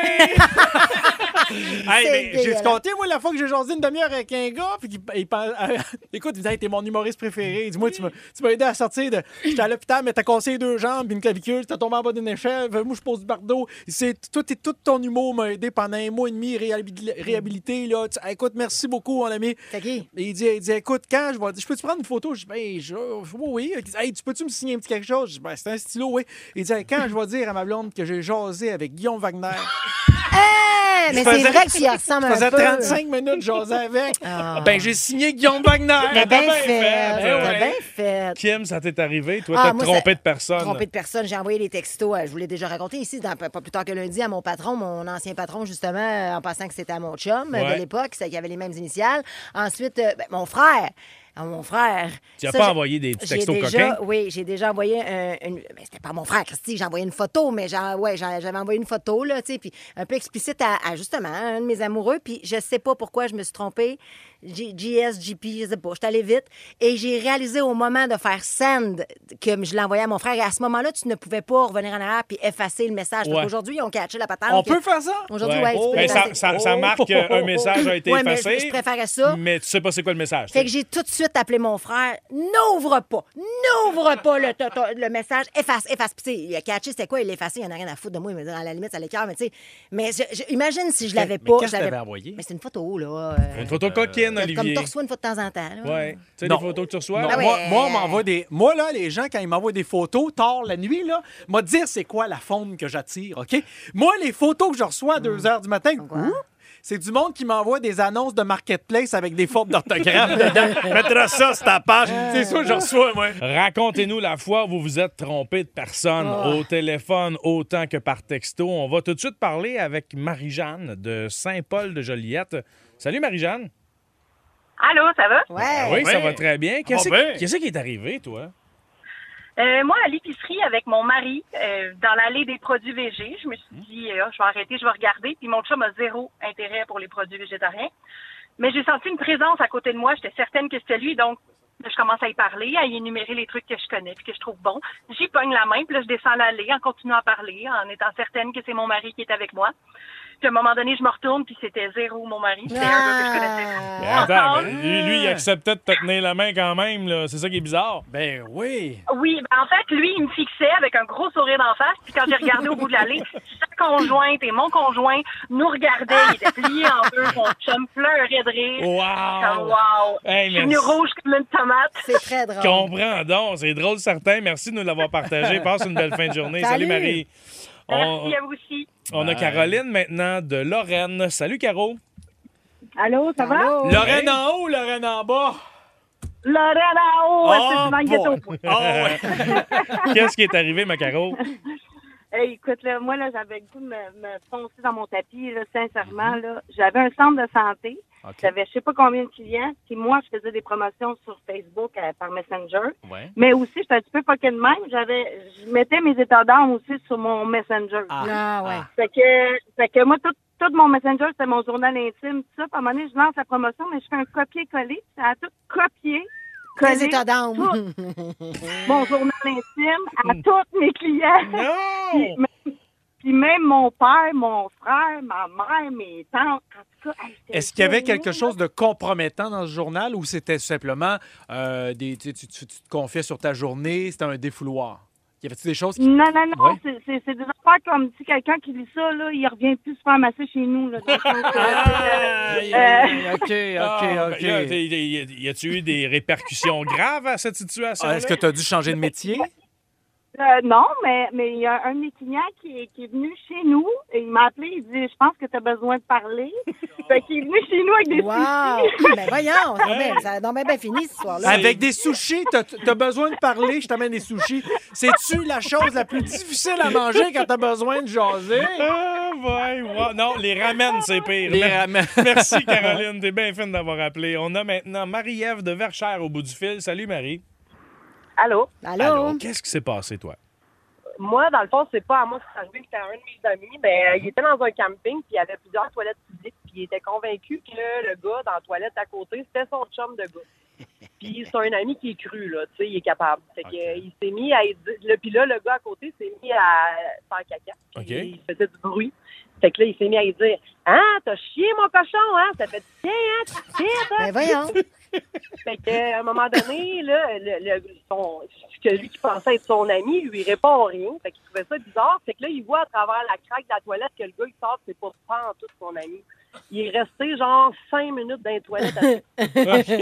C: Hey,
A: C'est
C: mais j'ai
A: dégueulasse.
C: compté, moi, la fois que j'ai jasé une demi-heure avec un gars, puis qu'il- il parle- *laughs* Écoute, il me disait, t'es mon humoriste préféré. Dis-moi, tu m'as tu m'as aidé à sortir de. J'étais à l'hôpital, mais t'as cassé deux jambes, puis une clavicule, t'as tombé en bas d'une échelle, moi, je pose du bardeau. C'est tout, et- tout ton humour m'a aidé pendant un mois et demi réhabil- réhabilité. Là. Tu- écoute, merci beaucoup, mon ami.
A: T'as qui?
C: Et il dit, il dit, écoute, quand je vais, je peux-tu prendre une photo? Je dis, ben, je, oui, oui. Il dit, Hey, tu peux-tu me signer un petit quelque chose? Je dis, ben, c'est un stylo, oui. Il dit, Hey, quand je vais dire à ma blonde que j'ai jasé avec Guillaume Wagner?
A: Hey, Eh, mais c'est
C: faisais-
A: vrai que tu y ressembles
C: Ça
A: un
C: faisait
A: peu.
C: 35 minutes,
A: *laughs*
C: j'osais avec.
A: Ah.
C: Ben, j'ai signé Guillaume Wagner.
A: T'as bien
B: bien fait,
A: fait.
B: Eh, ben ouais.
A: T'as Ah, bien fait.
B: Kim, ça t'est arrivé? Toi,
A: Ah,
B: t'as
A: moi,
B: trompé
A: ça-
B: de personne.
A: Trompé de personne, j'ai envoyé des textos. euh, Je vous l'ai déjà raconté ici, dans- pas plus tard que lundi, à mon patron, mon ancien patron, justement, euh, en pensant que c'était à mon chum euh,
B: Ouais.
A: de l'époque, c'est- qui avait les mêmes initiales. Ensuite, euh, ben, mon frère. à mon frère.
B: Tu n'as
A: Ça,
B: pas
A: j'ai-
B: envoyé des petits
A: j'ai
B: textos
A: déjà-
B: coquins?
A: Oui, j'ai déjà envoyé un- une. ben, c'était pas mon frère, Christy, j'ai envoyé une photo, mais j'en- ouais, j'en- j'avais envoyé une photo, là, tu sais, puis un peu explicite à, à, justement un de mes amoureux, puis je sais pas pourquoi je me suis trompée. G- JS, JP, je sais pas, je suis allée vite. Et j'ai réalisé au moment de faire send que je l'envoyais à mon frère. Et à ce moment-là, tu ne pouvais pas revenir en arrière puis effacer le message.
B: Ouais.
A: Aujourd'hui, ils ont catché la patente.
C: On
A: que-
C: peut faire ça?
A: Aujourd'hui,
B: Ouais.
A: ouais, tu peux
B: Ben, ça,
A: l'effacer.
B: ça- ça marque euh, un message a été
A: Ouais, mais
B: effacé.
A: je- je préférais ça.
B: Mais tu sais pas c'est quoi le message.
A: Fait que j'ai tout de suite appelé mon frère. N'ouvre pas, n'ouvre pas le, to- to- le message. Efface, efface. Puis, tu sais, il a catché, c'était quoi? Il l'a effacé, il en a rien à foutre de moi. Il me dit, à la limite, ça l'écart, mais tu sais. Mais je- je- imagine si je l'avais
C: mais
A: pas. je
C: qu'est-ce que
A: l'avais-
C: t'avais envoyé?
A: Mais c'est une photo, là. euh,
B: Une photo coquine,
A: Comme
B: Olivier.
A: t'en reçois une fois de temps en temps. là.
B: Ouais. Tu sais, les
C: Non.
B: photos que tu reçois?
C: Non,
A: Ah ouais.
C: moi, moi, on m'envoie des. Moi, là, les gens, quand ils m'envoient des photos tard la nuit, là, m'a dire c'est quoi la faune que j'attire, OK? Moi, les photos que je reçois à 2 h du matin,
A: Hmm. Comme quoi? hein?
C: ouh, c'est du monde qui m'envoie des annonces de marketplace avec des fautes
A: *laughs*
C: d'orthographe dedans. Mettra ça sur ta page.
A: Ah. Euh.
C: C'est ça que je reçois, moi.
B: Racontez-nous la fois où vous vous êtes trompé de personne
A: Ah.
B: au téléphone autant que par texto. On va tout de suite parler avec Marie-Jeanne de Saint-Paul-de-Joliette. Salut Marie-Jeanne.
G: Allô, ça va?
A: Ouais.
B: Ah oui, ça
C: oui.
B: va très bien. Qu'est-ce
C: Ah ben.
B: qu'est-ce qui est arrivé, toi?
G: Euh, moi, à l'épicerie avec mon mari, euh, dans l'allée des produits végés, je me suis dit, euh, Ah, je vais arrêter, je vais regarder. Puis mon chum a zéro intérêt pour les produits végétariens. Mais j'ai senti une présence à côté de moi. J'étais certaine que c'était lui. Donc, là, je commence à y parler, à y énumérer les trucs que je connais puis que je trouve bons. J'y pogne la main, puis là, je descends l'allée en continuant à parler, en étant certaine que c'est mon mari qui est avec moi. Puis à un moment donné, je me retourne, puis c'était zéro mon mari. C'était un gars que je connaissais.
A: Ah.
B: Ben, attends,
G: Ah.
B: ben, lui, lui, il acceptait de te tenir la main quand même. là. C'est ça qui est bizarre.
C: Ben oui.
G: Oui, ben en fait, lui, il me fixait avec un gros sourire d'en face. Puis quand j'ai regardé au bout de l'allée, sa conjointe et mon conjoint nous regardaient. Ils étaient pliés en deux. Mon chum pleurait de rire. Comme,
B: Wow!
G: wow!
B: Hey,
G: je suis
B: merci.
G: venue rouge comme une tomate.
A: C'est très drôle.
B: Comprends donc, c'est drôle certain. Merci de nous l'avoir partagé. Passe une belle fin de journée.
A: Salut.
B: Salut, Marie. On,
G: Merci à vous aussi.
B: on a Caroline maintenant de Lorraine. Salut Caro.
H: Allô, ça va?
A: Allô?
C: Lorraine en haut, Lorraine en bas.
H: Lorraine
G: Oh,
B: Oh.
H: en haut,
C: Ah,
H: absolument, il est au
C: bon.
H: point.
C: Ah, ouais.
G: *laughs*
B: *laughs* Qu'est-ce qui est arrivé, ma Caro?
H: Hey, écoute, là, moi, là, j'avais le goût de me, me foncer dans mon tapis, là, sincèrement. là. J'avais un centre de santé. J'avais je sais pas combien de clients. Puis moi, je faisais des promotions sur Facebook euh, par Messenger.
C: Ouais.
H: Mais aussi, j'étais un petit peu fucking de même. J'avais, je mettais mes états d'âme aussi sur mon Messenger.
C: Ah.
A: Ah, ouais.
H: Fait que, fait que moi, tout, tout mon Messenger, c'était mon journal intime, tout ça. Puis à un moment donné, je lance la promotion, mais je fais un copier-coller. puis Ça a tout copié.
A: Tes
H: collé
A: états d'âme.
H: mon journal intime à
C: Hmm.
H: tous mes clients.
B: Non!
H: Puis même mon père, mon frère, ma mère, mes tantes. En tout cas, hey, j'étais
C: Est-ce qu'il y avait
H: gênée,
C: quelque chose de compromettant dans ce journal ou c'était simplement euh, des, tu, tu- tu- tu te confiais sur ta journée, c'était un défouloir? Y avait-tu des choses qui.
H: Non, non, non,
C: Ouais.
H: c'est- c'est c'est des affaires comme si quelqu'un qui lit ça, là, il revient plus se faire masser chez nous. Là, Donc, euh,
C: Aïe, aïe, aïe, OK,
B: Ah,
C: OK,
B: ben là,
C: OK.
B: t'es- t'es- y a- y a-tu eu des répercussions graves à cette situation?
C: Ah, Est-ce que tu as dû changer de métier?
H: euh, non, mais mais il y a un de mes clients qui, est- qui est venu chez nous et il m'a appelé, il dit « Je pense que tu as besoin de
B: *laughs*
H: parler. » Fait qu'il est venu chez nous avec des
A: Wow! *laughs* ben voyons, ça a bien- ça a donc bien bien fini ce soir-là.
C: Avec des sushis, t'as as besoin de parler, je t'amène des sushis. C'est-tu la chose la plus difficile à manger quand t'as besoin de jaser?
B: Ah, ouais, ouais. Non, les ramènes, c'est pire.
C: Les
B: Mer-
C: ramènes.
B: *laughs* Merci, Caroline. T'es bien fine d'avoir appelé. On a maintenant Marie-Ève de Verchères au bout du fil. Salut, Marie.
G: Allô?
A: Allô?
B: Alors, Qu'est-ce qui s'est passé, toi?
G: Moi, dans le fond, c'est pas à moi que c'est arrivé, c'était à un de mes amis. Mais euh, il était dans un camping, puis il y avait plusieurs toilettes publiques, puis il était convaincu que le gars dans la toilette à côté, c'était son chum de gars.
A: *laughs*
G: Puis c'est un ami qui est cru, là, tu sais, il est capable. Fait que, euh, il s'est mis à. Le, puis là, le gars à côté s'est mis à faire caca. puis
B: OK.
G: Il faisait du bruit. Fait que là, il s'est mis à lui dire Hein, t'as chié, mon cochon, hein? Ça fait du bien, hein? T'as chié, toi?
A: Ben voyons.
G: *laughs* Fait que, à un moment donné, là, le, le- son, ce que lui qui pensait être son ami, lui il répond rien. Fait qu'il trouvait ça bizarre. Fait que là, il voit à travers la craque de la toilette que le gars, il sort, c'est pas pas en tout son ami. Il est resté genre cinq minutes dans les
A: *laughs*
G: toilettes. à- Fait que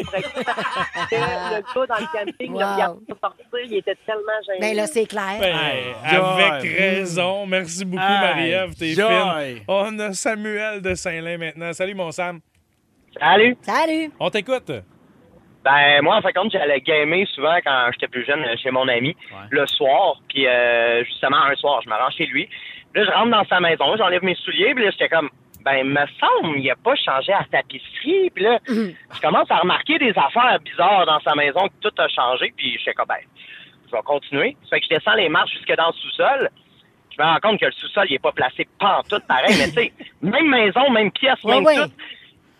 G: le gars dans le camping, il a
A: Wow.
G: regardé pas sortir, il était tellement gêné.
A: Ben là, c'est clair.
B: Ben,
C: Aïe,
B: avec
C: aïe.
B: raison. Merci beaucoup,
C: Aïe,
B: Marie-Ève. T'es
C: aïe.
B: fine. On a Samuel de Saint-Lin maintenant. Salut, mon Sam.
I: Salut!
A: Salut!
B: On t'écoute.
I: Ben, moi, en fin de compte, j'allais gamer souvent quand j'étais plus jeune euh, chez mon ami,
C: Ouais.
I: le soir. Puis, euh, justement, un soir, je me rends chez lui. Là, je rentre dans sa maison, j'enlève mes souliers, puis là, j'étais comme, ben, me semble, il a pas changé à tapisserie. Puis là,
A: Mm.
I: je commence à remarquer des affaires bizarres dans sa maison, que tout a changé. Puis je sais comme, ben, je vais continuer. Ça fait que je descends les marches jusque dans le sous-sol. Je me rends compte que le sous-sol, il est pas placé pantoute pareil. mais tu sais, même maison, même pièce, même
A: Ouais, ouais.
I: tout.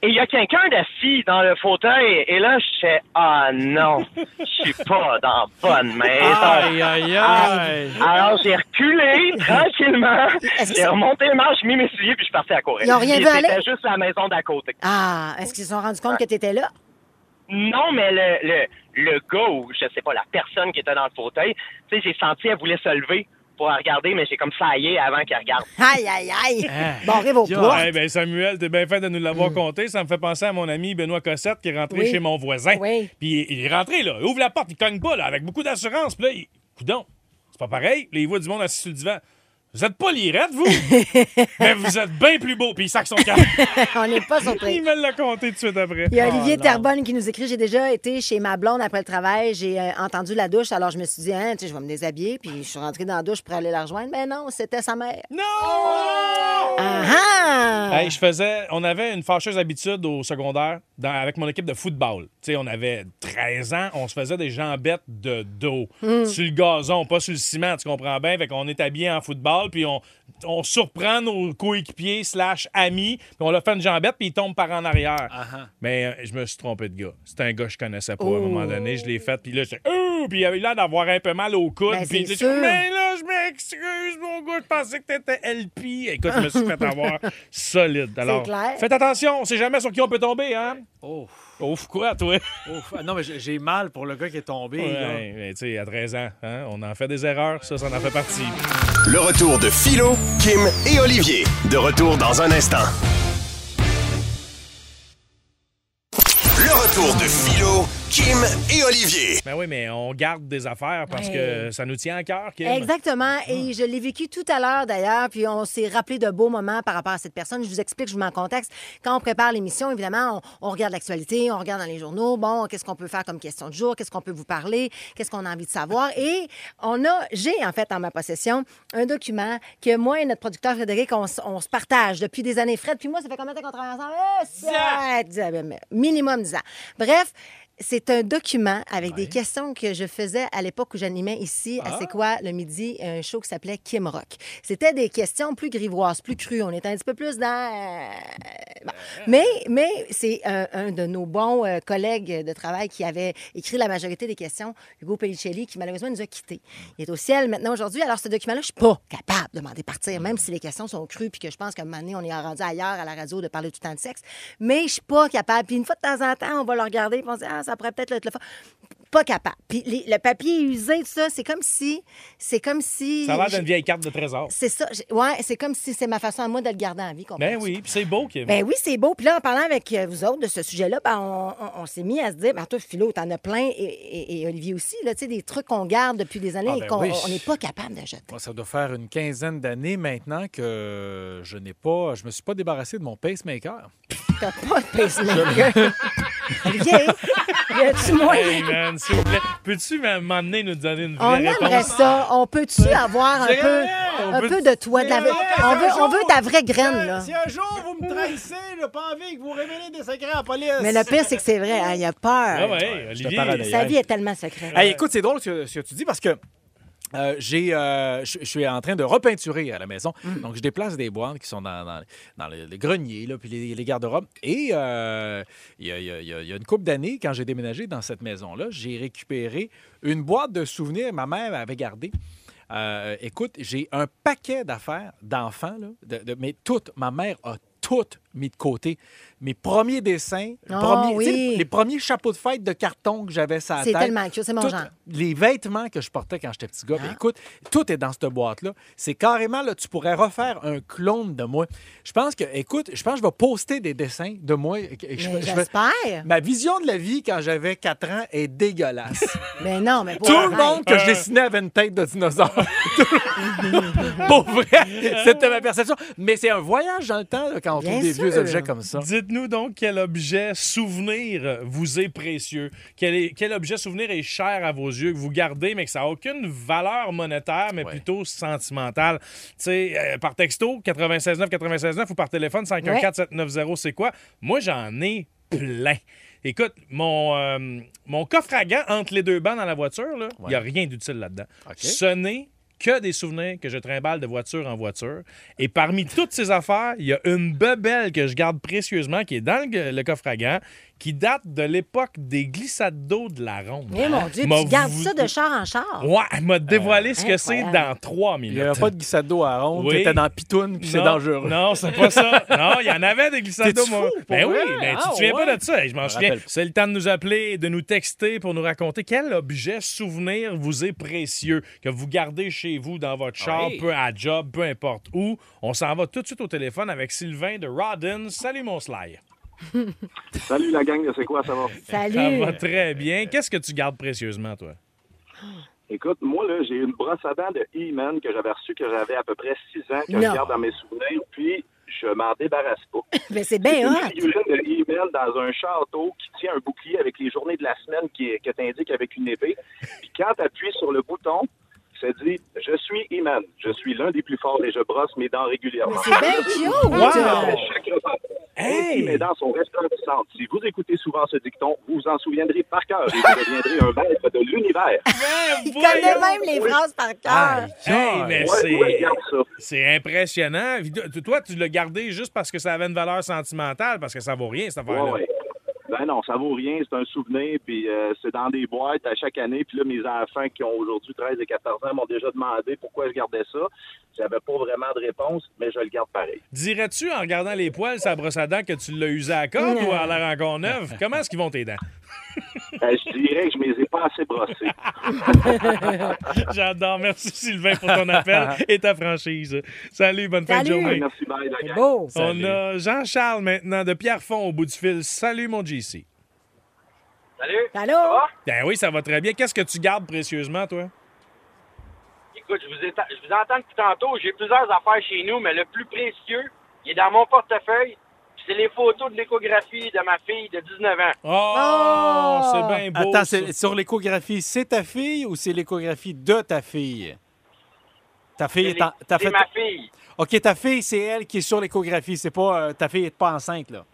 I: Et il y a quelqu'un d'assis dans le fauteuil. Et là, je fais, ah non, je suis pas dans bonne maison. Ah,
C: Aïe, aïe, aïe.
I: Alors, j'ai reculé tranquillement.
A: Est-ce que
I: J'ai
A: ça-
I: remonté le manche, j'ai mis mes souliers, puis je suis parti à courir.
A: Ils ont rien
I: Et
A: vu aller?
I: C'était juste la maison d'à côté.
A: Ah, est-ce qu'ils se sont rendus compte que tu étais là?
I: Non, mais le, le, le gars, ou je sais pas, la personne qui était dans le fauteuil, tu sais, j'ai senti, elle voulait se lever pour la regarder, mais j'ai comme faillé avant qu'elle regarde.
A: *laughs* Aïe, aïe, aïe. Bon, rêve au
C: yo,
A: plat.
B: Eh ben Samuel, t'es bien fait de nous l'avoir
A: Mm.
B: compté. Ça me fait penser à mon ami Benoît Cossette qui est rentré
A: Oui.
B: chez mon voisin.
A: Oui.
B: Puis il est rentré, là. Il ouvre la porte, il cogne pas, là, avec beaucoup d'assurance. Puis là, il. Coudon, c'est pas pareil. Là, il voit du monde assis sur le divan. Vous êtes pas lirette,
A: *laughs*
B: vous! Mais vous êtes bien plus beau! Puis il sac son cap.
A: On n'est pas surpris.
B: il me l'a compté tout de suite après.
A: Il y a Olivier Terbonne qui nous écrit J'ai déjà été chez ma blonde après le travail, j'ai euh, entendu la douche, alors je me suis dit, hein, tu sais, je vais me déshabiller, puis je suis rentrée dans la douche pour aller la rejoindre. Mais non, c'était sa mère.
B: Non!
A: Ah ah!
B: Hey, je faisais, on avait une fâcheuse habitude au secondaire dans- avec mon équipe de football. Tu sais, on avait 13 ans, on se faisait des jambettes de dos
A: Hmm.
B: sur le gazon, pas sur le ciment, tu comprends bien. Fait qu'on est habillé en football, puis on, on surprend nos coéquipiers slash amis, puis on leur fait une jambette, puis ils tombent par en arrière.
C: Ah,
B: Mais euh, je me suis trompé de gars. C'était un gars que je connaissais pas à un moment donné. Je l'ai fait, puis là, j'étais « Oh! » Puis il avait l'air d'avoir un peu mal au coude.
A: Ben,
B: puis il
A: c'est
B: dit,
A: sûr.
B: Mais là, je m'excuse, mon gars, je pensais que t'étais LP. Écoute, je me suis
A: *laughs*
B: fait *laughs* avoir solide. Alors,
A: clair.
B: faites attention, on sait jamais sur qui on peut tomber, hein?
C: Oh,
B: Ouf, quoi, toi?
C: ouf. Ah Non, mais j'ai j'ai mal pour le gars qui est tombé. là.
B: Ouais, mais tu sais, à 13 ans, hein, on en fait des erreurs, ça, ça en fait partie.
F: Le retour de Philo, Kim et Olivier. De retour dans un instant. Le retour de Philo, Kim et Olivier.
B: Ben oui, mais on garde des affaires parce que ça nous tient à cœur, Kim. Hum.
A: Exactement.
B: Ah.
A: Et je l'ai vécu tout à l'heure d'ailleurs, puis on s'est rappelé de beaux moments par rapport à cette personne. Je vous explique, je vous mets en contexte. Quand on prépare l'émission, évidemment, on, on regarde l'actualité, on regarde dans les journaux, bon, qu'est-ce qu'on peut faire comme question de jour, qu'est-ce qu'on peut vous parler, qu'est-ce qu'on a envie de savoir. Et on a, j'ai en fait en ma possession un document que moi et notre producteur Frédéric, on, s- on se partage depuis des années. Fred, puis moi, ça fait combien de temps qu'on travaille ensemble? Eh, sept, euh, Minimum 10 ans. Bref. C'est un document avec des questions que je faisais à l'époque où j'animais ici à C'est quoi le midi, un show qui s'appelait Kim Rock. C'était des questions plus grivoises, plus crues. On était un petit peu plus dans. euh, bon.
B: Ah.
A: Mais, mais c'est un, un de nos bons euh, collègues de travail qui avait écrit la majorité des questions, Hugo Pellicelli, qui malheureusement nous a quittés. Il est au ciel maintenant aujourd'hui. Alors, ce document-là, je suis pas capable de m'en départir,
B: Mm-hmm.
A: même si les questions sont crues puis que je pense qu'à un moment donné, on est rendu ailleurs à la radio de parler tout le temps de sexe. Mais je suis pas capable. Puis une fois de temps en temps, on va le regarder et on se dit, ah, ça pourrait peut-être être le fun. Pas capable. Puis les- le papier usé, tout ça, c'est comme si. C'est comme si.
B: Ça a l'air d'une vieille carte de trésor.
A: C'est ça. j'ai- Ouais, c'est comme si c'est ma façon à moi de le garder en vie.
B: Ben
A: comprends-tu?
B: oui, puis c'est beau, Kim.
A: Ben oui, c'est beau. Puis là, en parlant avec euh, vous autres de ce sujet-là, ben, on, on- on s'est mis à se dire, ben toi, Philo, t'en as plein, et, et- et Olivier aussi, là, tu sais, des trucs qu'on garde depuis des années
C: Ah,
A: et
C: ben
A: qu'on
C: oui.
A: on n'est pas capable de jeter.
C: Moi, ça doit faire une quinzaine d'années maintenant que je n'ai pas, je me suis pas débarrassé de mon pacemaker.
A: T'as pas de pacemaker. Olivier, y a-tu moyen?
B: Hey, man, s'il vous plaît, peux-tu m'amener nous donner une
A: On
B: vraie
A: aimerait
B: réponse?
A: ça. On
B: *laughs*
A: peut-tu avoir un
C: C'est
A: peu,
C: vrai,
B: on
A: un
B: peut-
A: peu de toi? De la...
C: C'est vrai,
A: on,
C: un
A: veut, on veut
C: jour.
A: ta vraie graine, là.
C: un jour Eh, vous me trahissez, j'ai pas envie que vous révélez des secrets à la police.
A: Mais le pire, c'est que c'est vrai. hein, Il a
B: Ah
A: peur.
B: ouais, Olivier.
C: paranoïaque.
A: Sa vie est tellement secrète.
C: Hey, écoute, c'est drôle ce que, ce que tu dis parce que euh, j'ai, euh, je je suis en train de repeinturer à la maison.
A: Mm.
C: Donc, je déplace des boîtes qui sont dans, dans- dans le, le grenier, là, puis les, les garde-robes. Et euh, il y, a- il y a- il y a- il y a une couple d'années, quand j'ai déménagé dans cette maison-là, j'ai récupéré une boîte de souvenirs que ma mère avait gardée. Euh, écoute, j'ai un paquet d'affaires d'enfants, là, de- de- mais toutes, ma mère a toutes mis de côté. Mes premiers dessins,
A: Ah,
C: premiers- tu sais,
A: oui.
C: les premiers chapeaux de fête de carton que j'avais ça
A: C'est tellement cute, c'est mon
C: tout-
A: genre. Ah.
C: Les vêtements que je portais quand j'étais petit gars, ben écoute, tout est dans cette boîte-là. C'est carrément, là, tu pourrais refaire un clone de moi. Je pense que, écoute, je pense que je vais poster des dessins de moi. Et que- et je-
A: Mais
C: je- Ben,
A: J'espère.
C: Ma vision de la vie quand j'avais 4 ans est dégueulasse.
A: *laughs* Mais non, mais pour
C: Tout le
A: vrai.
C: monde que je dessinais avait une tête de dinosaure. *laughs* Tout le monde. Pour vrai, c'était ma perception. Mais c'est un voyage dans le temps là, quand on
A: Bien
C: trouve des vieux objets comme ça.
B: Dites-nous donc quel objet souvenir vous est précieux. Quel, est- quel objet souvenir est cher à vos yeux, que vous gardez, mais que ça n'a aucune valeur monétaire, mais plutôt sentimentale. Tu sais, euh, par texto, 969 969 ou par téléphone, 514-790, c'est quoi? Moi, j'en ai plein. Écoute, mon, euh, mon coffre à gants entre les deux bancs dans la voiture, il n'y a rien d'utile là-dedans. Ce n'est que des souvenirs que je trimballe de voiture en voiture. Et parmi toutes ces affaires, il y a une bebelle que je garde précieusement qui est dans le, le coffre à gants, qui date de l'époque des glissades d'eau de la ronde.
A: Mais Eh mon Dieu,
B: M'a
A: tu gardes
B: vou-
A: ça de char en char.
B: Ouais, elle m'a dévoilé ce que c'est
A: incroyable.
B: dans trois
C: Il
B: minutes.
C: n'y avait pas de glissade d'eau à ronde,
B: Oui.
C: t'étais dans Pitoune, puis c'est
B: Non,
C: dangereux.
B: Non, c'est pas ça. Non, il y en avait des glissades d'eau,
C: T'es-tu
B: moi.
C: fou, pour
B: Ben oui,
C: vrai?
B: ben, tu
C: Ah,
B: te souviens
C: ouais.
B: pas de ça. Je m'en
C: me
B: souviens.
C: rappelle pas.
B: C'est le temps de nous appeler, de nous texter pour nous raconter quel objet souvenir vous est précieux, que vous gardez chez vous dans votre char,
C: Ah Oui.
B: peu à job, peu importe où. On s'en va tout de suite au téléphone avec Sylvain de Rodden. Salut, mon Sly.
J: Salut la gang de C'est quoi, ça va?
B: Ça
A: Salut.
B: va très bien. Qu'est-ce que tu gardes précieusement, toi?
J: Écoute, moi, là, j'ai une brosse à dents de E-Man que j'avais reçue que j'avais à peu près 6 ans, que je
A: Non.
J: garde dans mes souvenirs, puis je m'en débarrasse pas.
A: Ben, c'est
J: C'est *laughs*
A: bien
J: une
A: hot.
J: figurine de E-Man dans un château qui tient un bouclier avec les journées de la semaine qui, que t'indiques avec une épée. Puis quand t'appuies sur le bouton, ça dit « Je suis E-Man. Je suis l'un des plus forts et je brosse mes dents
A: Mais
J: régulièrement. »
A: c'est
J: *laughs*
A: bien cute.
J: Chaque repas.
B: Hey!
J: Et mes dents sont resplendissantes. Si vous écoutez souvent ce dicton, vous vous en souviendrez par cœur et vous deviendrez un maître de l'univers.
A: Il connaît même les phrases par cœur.
B: Hey,
J: Ouais,
B: mais
J: ouais,
B: c'est...
J: regarde ça.
B: C'est impressionnant. Puis to- Toi, tu l'as gardé juste parce que ça avait une valeur sentimentale, parce que ça vaut rien, cette affaire-là.
J: Ouais, ouais. Ben non, ça vaut rien, c'est un souvenir, puis euh, c'est dans des boîtes à chaque année. Puis là, mes enfants qui ont aujourd'hui 13 et 14 ans m'ont déjà demandé pourquoi je gardais ça. J'avais pas vraiment de réponse, mais je le garde pareil.
B: Dirais-tu, en regardant les poils, sa brosse à dents, que tu l'as usé à corde
A: Non.
B: ou à l'air encore neuve? Comment est-ce qu'ils
A: *laughs*
B: vont tes dents?
J: Ben, je dirais que je me les ai pas assez brossés.
B: J'adore. Merci, Sylvain, pour ton appel et ta franchise. Salut, bonne fin de
A: Salut.
B: journée.
J: Merci, bye, la
A: C'est
J: gang.
A: beau.
B: On a Jean-Charles maintenant de Pierrefonds au bout du fil. Salut, mon JC.
I: Salut.
A: Allô?
B: Ben oui, ça va très bien. Qu'est-ce que tu gardes précieusement, toi?
I: Écoute, je vous, éta- je vous entends depuis tantôt. J'ai plusieurs affaires chez nous, mais le plus précieux, il est dans mon portefeuille. puis C'est les photos de l'échographie de ma fille de 19 ans.
B: Oh,
A: Oh!
B: c'est bien beau. ça.
C: Attends, c'est- sur l'échographie, c'est ta fille ou c'est l'échographie de ta fille? Ta fille,
I: C'est
C: est en- t'as
I: c'est
C: fait...
I: ma fille.
C: OK, ta fille, c'est elle qui est sur l'échographie. C'est pas... euh, ta fille n'est pas enceinte, là.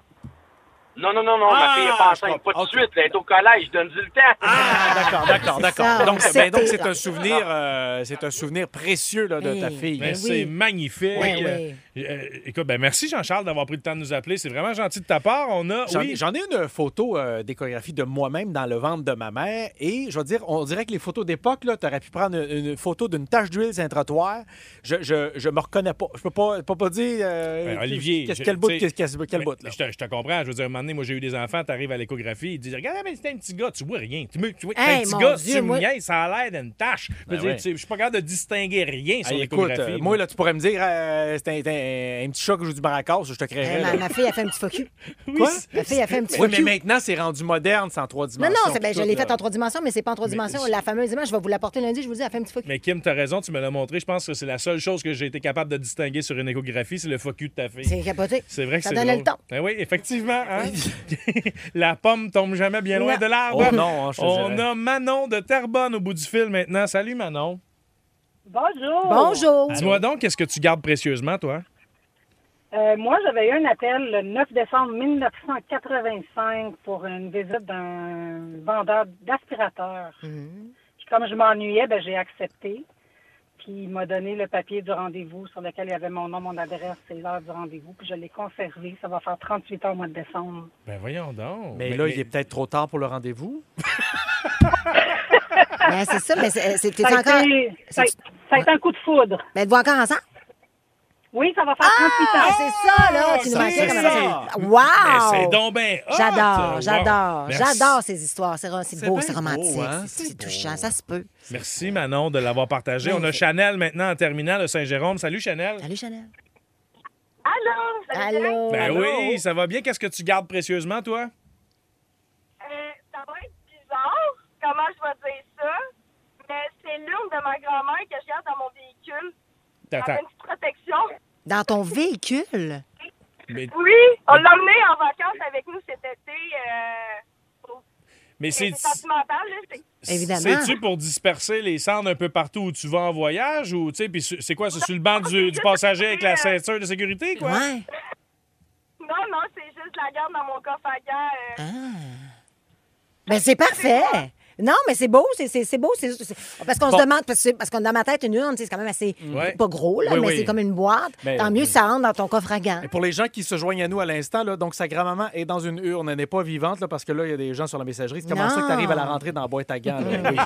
I: Non, non, non, non, ma
C: Ah,
I: fille est pas
C: je
I: enceinte. Pas tout de
C: comprends.
I: suite, elle est au collège, donne-lui le temps.
C: Ah, d'accord, d'accord,
A: ça,
C: d'accord. Donc,
A: on
C: ben, donc,
A: s'était-
C: c'est un souvenir, euh, c'est un souvenir précieux là, de ta
A: Hey.
C: fille.
B: Mais
A: Ben
B: c'est
A: oui.
B: magnifique.
A: Oui,
B: Euh,
A: oui.
B: euh, écoute, ben merci Jean-Charles d'avoir pris le temps de nous appeler. C'est vraiment gentil de ta part. On a.
C: J'en
B: oui.
C: j'en ai une photo euh, d'échographie de moi-même dans le ventre de ma mère. Et je veux dire, on dirait que les photos d'époque, tu aurais pu prendre une, une photo d'une tache d'huile sur un trottoir. Je, je, je me reconnais pas. Je peux pas, peux pas dire. euh,
B: Ben, Olivier,
C: qu'est-ce-
B: je-
C: quel bout,
B: tu sais,
C: qu'est-ce- qu'est-ce- quel
B: Mais
C: bout, là.
B: Je te, je te comprends. Je veux dire, un moment donné, moi, j'ai eu des enfants, t'arrives à l'échographie, ils disent Regarde, mais c'était un petit gars, tu vois rien. Tu, me- tu vois, t'es
A: Hey,
B: un petit
A: mon
B: gars,
A: Dieu,
B: tu me
A: moi-
B: niaises, ça a l'air d'une tâche. Je veux
C: Ben
B: dire,
C: ouais.
B: tu sais, je suis pas capable de distinguer rien sur
C: Hey, écoute,
B: l'échographie.
C: euh, moi, là, tu pourrais me dire, euh, c'est un, un- un petit chat que je joue du baracas, je te
A: Eh,
C: créerais.
A: Ma,
C: là.
A: ma fille a fait un petit faux
B: *laughs*
A: cul.
C: Quoi?
A: Ma fille a fait un petit
C: Oui,
A: faux
C: mais
A: cul.
C: maintenant, c'est rendu moderne, c'est en trois
A: Non,
C: dimensions.
A: non, c'est- ben, je
C: tout,
A: l'ai
C: là.
A: faite en trois dimensions, mais c'est pas en trois dimensions. La fameuse image, je vais vous l'apporter lundi, je vous le dis, elle fait un petit faux cul.
B: Mais Kim, t'as raison, tu me l'as montré. Je pense que c'est la seule chose que j'ai été capable de distinguer sur une échographie, c'est le fuck you de ta fille.
A: C'est capoté.
B: C'est vrai que
A: Ça
B: c'est
A: donnait le
B: drôle.
A: ton.
B: Ben oui, effectivement. hein?
C: *laughs*
B: *laughs* la pomme tombe jamais bien loin
A: Non.
B: de l'arbre.
C: Oh non, hein, je te
B: On
C: dirais.
B: a Manon de Terrebonne au bout du fil maintenant. Salut Manon.
H: Bonjour.
A: Bonjour.
B: Dis-moi donc, qu'est-ce que tu gardes précieusement, toi?
H: Euh, moi, j'avais eu un appel le 9 décembre 1985 pour une visite d'un vendeur d'aspirateurs. Puis Comme je m'ennuyais, ben, j'ai accepté. Puis il m'a donné le papier du rendez-vous sur lequel il y avait mon nom, mon adresse et l'heure du rendez-vous. Puis je l'ai conservé. Ça va faire 38 ans au mois de décembre.
B: Ben voyons donc.
C: Mais là, il est peut-être trop tard pour le rendez-vous.
A: *laughs* Ben, c'est ça, mais c'est c'est- t'es
H: Ça a,
A: encore.
H: été, ça, a-
A: c'est-
H: ça a été un coup de foudre.
A: Mais êtes-vous encore ensemble?
H: Oui, ça va faire 38
A: Ah,
H: ans.
A: c'est ça, là, qui nous
B: ça,
A: manquait
B: c'est
A: comme
B: ça.
A: Wow!
B: Mais c'est donc ben hot! Wow.
A: J'adore, j'adore,
B: Merci-
A: j'adore ces histoires. C'est, c'est
C: C'est
A: beau,
C: bien
A: c'est
C: beau,
A: romantique,
C: hein?
A: c'est,
C: C'est
A: c'est touchant, ça se peut.
B: Merci Manon de l'avoir partagé. On a Chanel maintenant en terminant de Saint-Jérôme. Salut Chanel.
A: Salut, Chanel.
H: Allô? ça va bien?
A: Oh, Allô?
B: Ben oui, ça va bien. Qu'est-ce que tu gardes précieusement, toi?
K: Euh, ça va être bizarre, comment je vais dire ça, mais c'est l'urne de ma grand-mère que je garde dans mon véhicule,
B: Attends.
K: avec une petite protection.
A: Dans ton véhicule?
B: Mais,
K: Oui, on l'a emmené en vacances avec nous cet été. Euh,
B: mais c'est.
K: sentimental, là. c'est-
B: C'est-tu pour disperser les cendres un peu partout où tu vas en voyage ou, tu sais, puis c'est quoi, c'est sur le banc du, du passager avec la ceinture de sécurité, quoi?
K: euh, Non, non, c'est juste la garde dans mon coffre à gants. euh,
A: Ah. Ben, c'est parfait. Non, mais c'est beau, c'est- c'est c'est beau. c'est- c'est- Parce qu'on
D: Bon.
A: se demande, parce que, parce qu'on dans ma tête, une urne, tu sais, c'est quand même assez,
C: Ouais.
A: pas gros, là,
C: Oui,
A: mais
C: oui.
A: c'est comme une boîte.
C: Ben,
A: Tant mieux,
C: oui.
A: ça rentre dans ton coffre à gants.
C: Et pour les gens qui se joignent à nous à l'instant, là, donc sa grand-maman est dans une urne, elle n'est pas vivante, là, parce que là, il y a des gens sur la messagerie. C'est comment
A: Non.
C: ça que tu arrives à la rentrée dans la boîte à gants? là? Oui.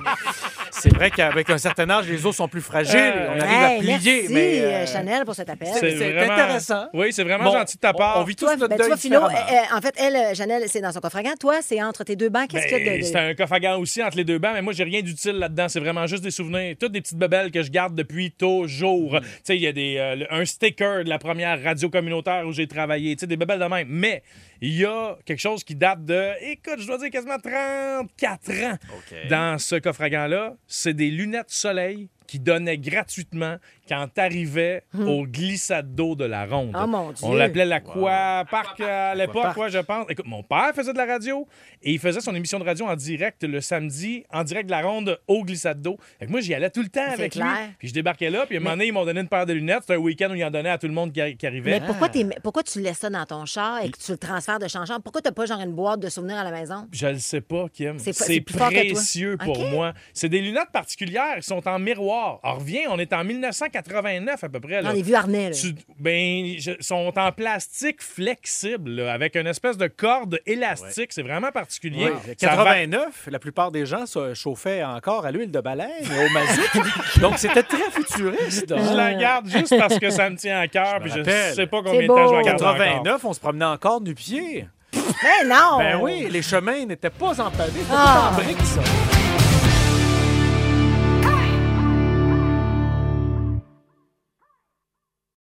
C: C'est vrai qu'avec un certain âge, les os sont plus fragiles.
B: Euh,
C: on arrive
A: Hey,
C: à plier.
A: merci,
C: mais, euh,
A: euh, Chanel, pour cet appel.
C: intéressant.
B: Oui, c'est vraiment
C: Bon,
B: gentil de ta part.
C: on vit tous notre
A: Ben, tu vois, Philo, euh, euh, en fait, elle, euh, Chanel, c'est dans son coffre à gants. Toi, c'est entre tes deux bancs. Qu'est-ce qu'il y a de-
B: Ben,
A: de-
B: C'est un coffre à gants aussi entre les deux bancs, mais moi, j'ai rien d'utile là-dedans. C'est vraiment juste des souvenirs. Toutes des petites bebelles que je garde depuis toujours. Tu sais, il y a des, euh, le- un sticker de la première radio communautaire où j'ai travaillé. Tu sais, des bebelles de même. Mais il y a quelque chose qui date de, écoute, je dois dire quasiment 34 ans. Dans ce coffre à gants-là, c'est des lunettes soleil qui donnaient gratuitement quand t'arrivais
A: Hum.
F: Hmm.
B: au glissade d'eau de la ronde.
F: Oh, mon
B: On
F: Dieu.
B: l'appelait la
A: euh,
B: quoi euh, parc à l'époque,
F: Aquapark.
B: quoi, je pense. Écoute, mon père faisait de la radio et il faisait son émission de radio en direct le samedi, en direct de la ronde au glissade d'eau. Fait que moi, j'y allais tout le temps
A: C'est
B: avec
A: clair.
B: lui. Puis je débarquais là, puis à un moment donné, ils m'ont donné une paire de lunettes. C'était un week-end où ils en donnaient à tout le monde qui, arri- qui arrivait.
A: Mais pourquoi, t'es- pourquoi tu laisses ça dans ton char et que tu le transfères de changeant? Pourquoi t'as pas genre une boîte de souvenirs à la maison?
B: Je le sais pas, Kim.
A: C'est
B: C'est,
A: pas- c'est plus fort que toi.
B: précieux pour
A: Ok.
B: moi. C'est des lunettes particulières qui sont en miroir. On revient, on est en 1989 à peu près.
A: Dans
B: là.
A: les vieux harnais, là.
B: Tu- ben, je- sont en plastique flexible, là, avec une espèce de corde élastique. C'est vraiment particulier.
C: Ouais.
B: Ça va-
C: 89, la plupart des gens se chauffaient encore à l'huile de baleine et au
B: *laughs*
C: mazout. Donc, c'était très futuriste. hein.
B: Je la garde juste parce que ça me tient à cœur, puis je sais pas combien de temps je vais garder encore.
C: 89, on se promenait encore du pied.
A: Mais non!
C: Ben oui, les chemins n'étaient pas empadés, c'était
A: Ah.
C: tout en briques, ça.